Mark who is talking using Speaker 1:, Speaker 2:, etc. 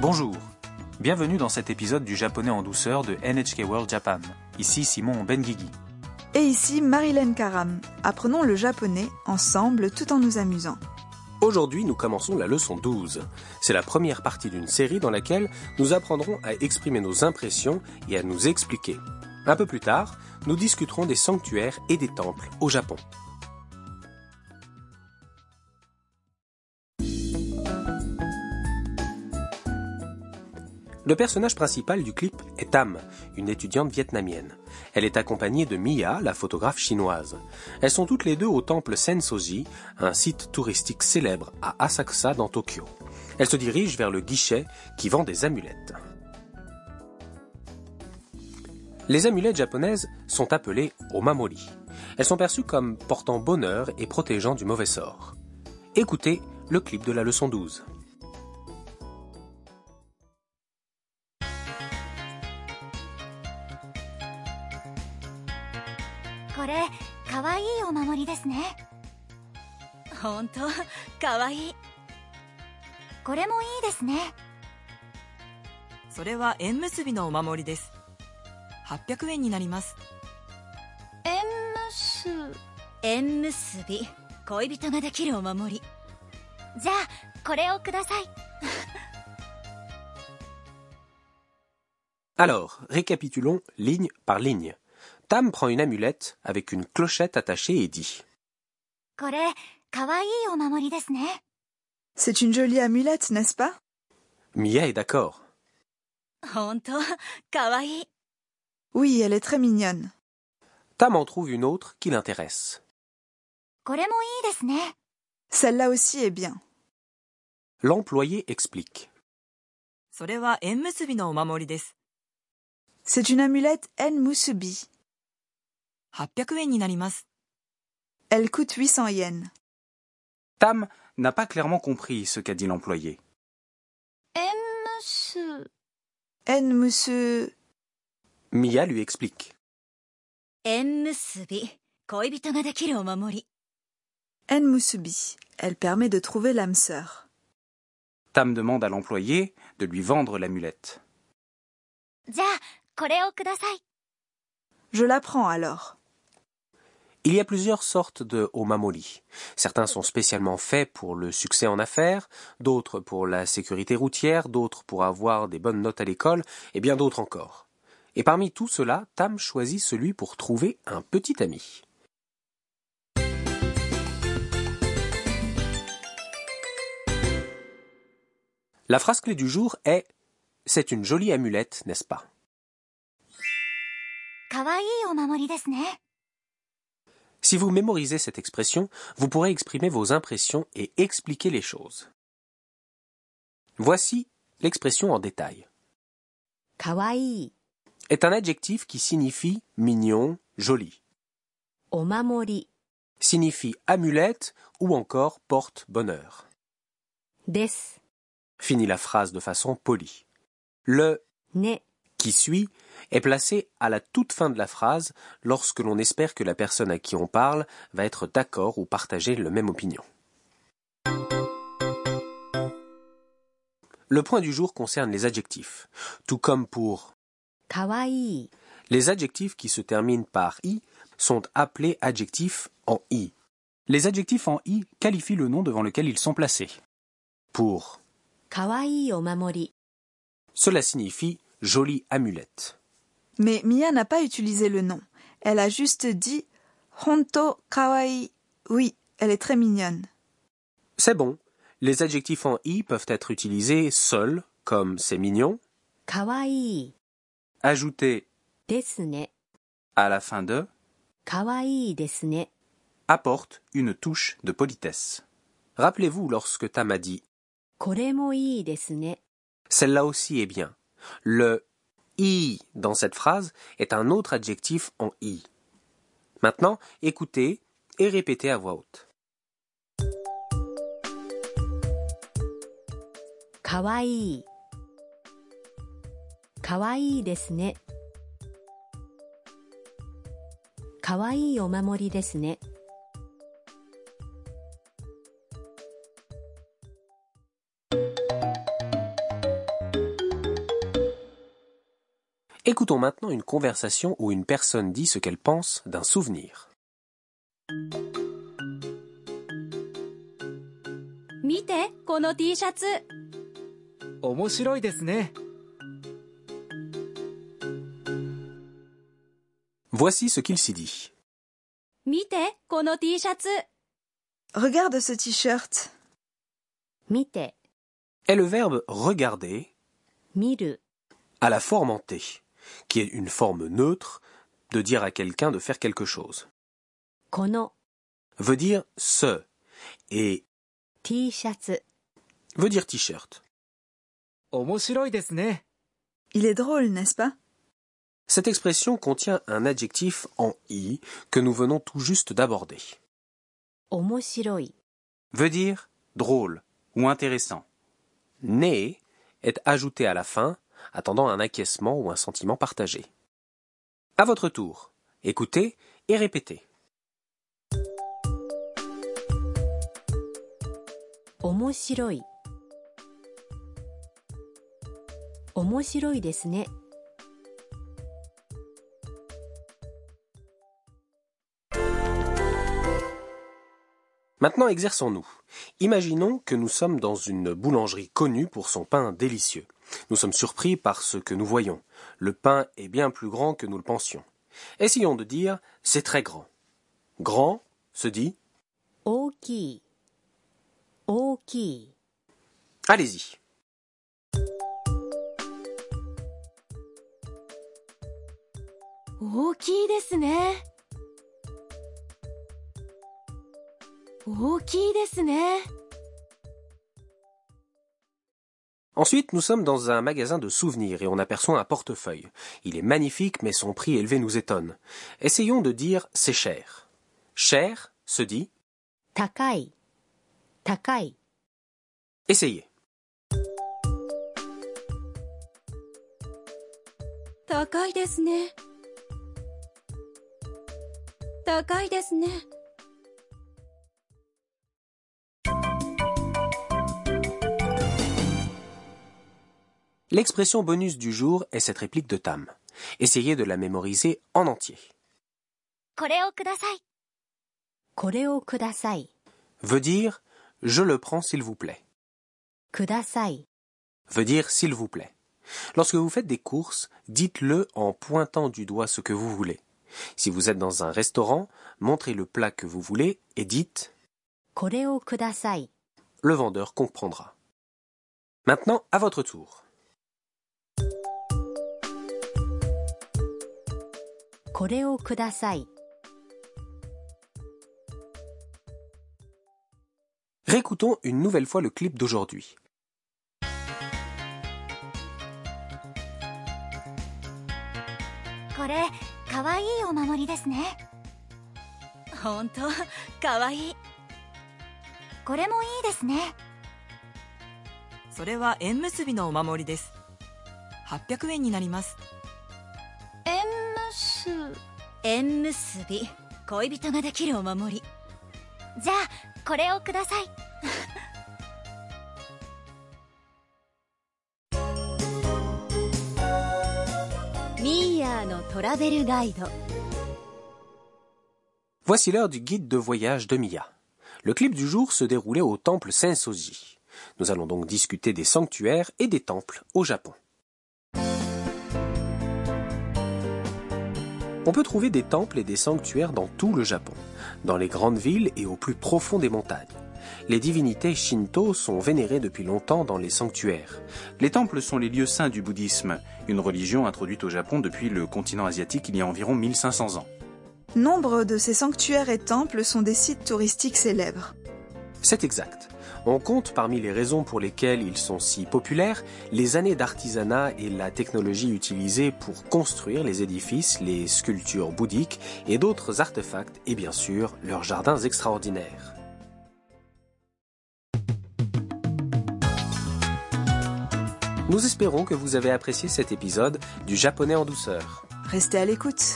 Speaker 1: Bonjour, bienvenue dans cet épisode du japonais en douceur de NHK World Japan. Ici Simon Benguigui.
Speaker 2: Et ici Marilyn Karam. Apprenons le japonais ensemble tout en nous amusant.
Speaker 3: Aujourd'hui, nous commençons la leçon 12. C'est la première partie d'une série dans laquelle nous apprendrons à exprimer nos impressions et à nous expliquer. Un peu plus tard, nous discuterons des sanctuaires et des temples au Japon. Le personnage principal du clip est Tam, une étudiante vietnamienne. Elle est accompagnée de Mia, la photographe chinoise. Elles sont toutes les deux au temple Sensoji, un site touristique célèbre à Asakusa dans Tokyo. Elles se dirigent vers le guichet qui vend des amulettes. Les amulettes japonaises sont appelées omamori. Elles sont perçues comme portant bonheur et protégeant du mauvais sort. Écoutez le clip de la leçon 12.
Speaker 4: これかわいいお守りですね本当かわいいこれもいいですね
Speaker 5: それは縁結びのお守りです800円になります
Speaker 4: 縁結縁結び恋人ができるお守りじゃあこれをください
Speaker 3: Alors, récapitulons ligne par ligne. Tam prend une amulette avec une clochette attachée et dit
Speaker 4: これかわいいお守りですね
Speaker 2: C'est une jolie amulette, n'est-ce pas
Speaker 3: Mia est d'accord.
Speaker 4: 本当かわいい
Speaker 2: Oui, elle est très mignonne.
Speaker 3: Tam en trouve une autre qui l'intéresse.
Speaker 4: これもいいですね
Speaker 2: Celle-là aussi est bien.
Speaker 3: L'employé explique.
Speaker 5: それは縁結びのお守りです
Speaker 2: C'est une amulette En Musubi.
Speaker 5: 800円になります
Speaker 2: Elle coûte 800 yens.
Speaker 1: Tam n'a pas clairement compris ce qu'a dit l'employé.
Speaker 4: 縁結
Speaker 2: En Musu.
Speaker 3: Mia lui explique.
Speaker 4: 縁結び恋人ができるお守り
Speaker 2: En Musubi. Elle permet de trouver l'âme sœur.
Speaker 1: Tam demande à l'employé de lui vendre l'amulette.
Speaker 4: じゃあこれをください
Speaker 2: Je la prends alors.
Speaker 3: Il y a plusieurs sortes de omamori. Certains sont spécialement faits pour le succès en affaires, d'autres pour la sécurité routière, d'autres pour avoir des bonnes notes à l'école, et bien d'autres encore. Et parmi tout cela, Tam choisit celui pour trouver un petit ami. La phrase clé du jour est C'est une jolie amulette, n'est-ce pas
Speaker 4: かわいいお守りですね
Speaker 3: Si vous mémorisez cette expression, vous pourrez exprimer vos impressions et expliquer les choses. Voici l'expression en détail.
Speaker 4: かわいい
Speaker 3: Est un adjectif qui signifie mignon, joli,
Speaker 4: お守り
Speaker 3: signifie amulette ou encore porte bonheur.
Speaker 4: です。
Speaker 3: Finit la phrase de façon polie. Le
Speaker 4: ね。
Speaker 3: qui suit est placé à la toute fin de la phrase lorsque l'on espère que la personne à qui on parle va être d'accord ou partager la même opinion. Le point du jour concerne les adjectifs. Tout comme pour
Speaker 4: かわいい。
Speaker 3: les adjectifs qui se terminent par i sont appelés adjectifs en i.
Speaker 1: Les adjectifs en i qualifient le nom devant lequel ils sont placés.
Speaker 3: Pour
Speaker 4: かわいいお守り。
Speaker 3: cela signifie jolie amulette.
Speaker 2: Mais Mia n'a pas utilisé le nom. Elle a juste dit Honto kawaii. Oui, elle est très mignonne.
Speaker 3: C'est bon. Les adjectifs en i peuvent être utilisés seuls, comme c'est mignon,
Speaker 4: かわいい。
Speaker 3: ajoutés
Speaker 4: ですね。
Speaker 1: À la fin de
Speaker 4: かわいいですね。
Speaker 1: apporte une touche de politesse.
Speaker 3: Rappelez-vous lorsque Tam a dit
Speaker 4: これもいいですね。
Speaker 3: Celle-là aussi est bien. Le i dans cette phrase est un autre adjectif en i. Maintenant, écoutez et répétez à voix haute.
Speaker 4: かわいい。かわいいですね。かわいいお守りですね。
Speaker 3: Écoutons maintenant une conversation où une personne dit ce qu'elle pense d'un souvenir.
Speaker 4: 見てこの T シャツ
Speaker 6: 面白いですね
Speaker 3: Voici ce qu'il s'y dit.
Speaker 4: 見てこの T シャツ
Speaker 2: Regarde ce t-shirt.
Speaker 4: 見て
Speaker 3: est le verbe regarder
Speaker 4: 見る
Speaker 3: à la forme en T, qui est une forme neutre de dire à quelqu'un de faire quelque chose.
Speaker 4: この
Speaker 3: Veut dire ce et
Speaker 4: T シャツ
Speaker 3: veut dire t-shirt.
Speaker 6: 面白いですね
Speaker 2: Il est drôle, n'est-ce pas
Speaker 3: Cette expression contient un adjectif en i que nous venons tout juste d'aborder.
Speaker 4: 面白い
Speaker 3: Veut dire drôle,
Speaker 1: ou intéressant.
Speaker 3: né est ajouté à la fin, attendant un acquiescement ou un sentiment partagé. À votre tour, écoutez et répétez.
Speaker 4: 面白い面白いですね
Speaker 3: Maintenant exerçons-nous. Imaginons que nous sommes dans une boulangerie connue pour son pain délicieux. Nous sommes surpris par ce que nous voyons. Le pain est bien plus grand que nous le pensions. Essayons de dire c'est très grand. Grand se dit
Speaker 4: 大きい大きい
Speaker 3: allez-y.
Speaker 4: 大きいですね大きいですね
Speaker 3: Ensuite, nous sommes dans un magasin de souvenirs et on aperçoit un portefeuille. Il est magnifique mais son prix élevé nous étonne. Essayons de dire c'est cher. Cher se dit
Speaker 4: 高い高い
Speaker 3: essayez.
Speaker 4: 高いですね高いですね
Speaker 3: L'expression bonus du jour est cette réplique de Tam. Essayez de la mémoriser en entier.
Speaker 4: これをくださいこれをください
Speaker 3: veut dire je le prends s'il vous plaît.
Speaker 4: ください
Speaker 3: veut dire s'il vous plaît. Lorsque vous faites des courses, dites-le en pointant du doigt ce que vous voulez. Si vous êtes dans un restaurant, montrez le plat que vous voulez et dites
Speaker 4: これをください
Speaker 3: le vendeur comprendra. Maintenant, à votre tour.
Speaker 4: これをください
Speaker 3: Réécoutons une nouvelle fois le clip d'aujourd'hui.
Speaker 4: これかわいいお守りですね本当かわいいこれもいいですね
Speaker 5: それは縁結びのお守りです800円になります
Speaker 4: 縁結縁結び恋人ができるお守りじゃあこれをくだ さいミーヤーのトラベルガイド
Speaker 3: Voici l'heure du guide de voyage de Mia. Le clip du jour se déroulait au temple Sensoji. Nous allons donc discuter des sanctuaires et des temples au Japon. On peut trouver des temples et des sanctuaires dans tout le Japon, dans les grandes villes et au plus profond des montagnes. Les divinités Shinto sont vénérées depuis longtemps dans les sanctuaires.
Speaker 1: Les temples sont les lieux saints du bouddhisme, une religion introduite au Japon depuis le continent asiatique il y a environ 1500 ans.
Speaker 2: Nombre de ces sanctuaires et temples sont des sites touristiques célèbres.
Speaker 3: C'est exact. On compte parmi les raisons pour lesquelles ils sont si populaires les années d'artisanat et la technologie utilisée pour construire les édifices, les sculptures bouddhiques et d'autres artefacts et bien sûr leurs jardins extraordinaires. Nous espérons que vous avez apprécié cet épisode du Japonais en douceur.
Speaker 2: Restez à l'écoute.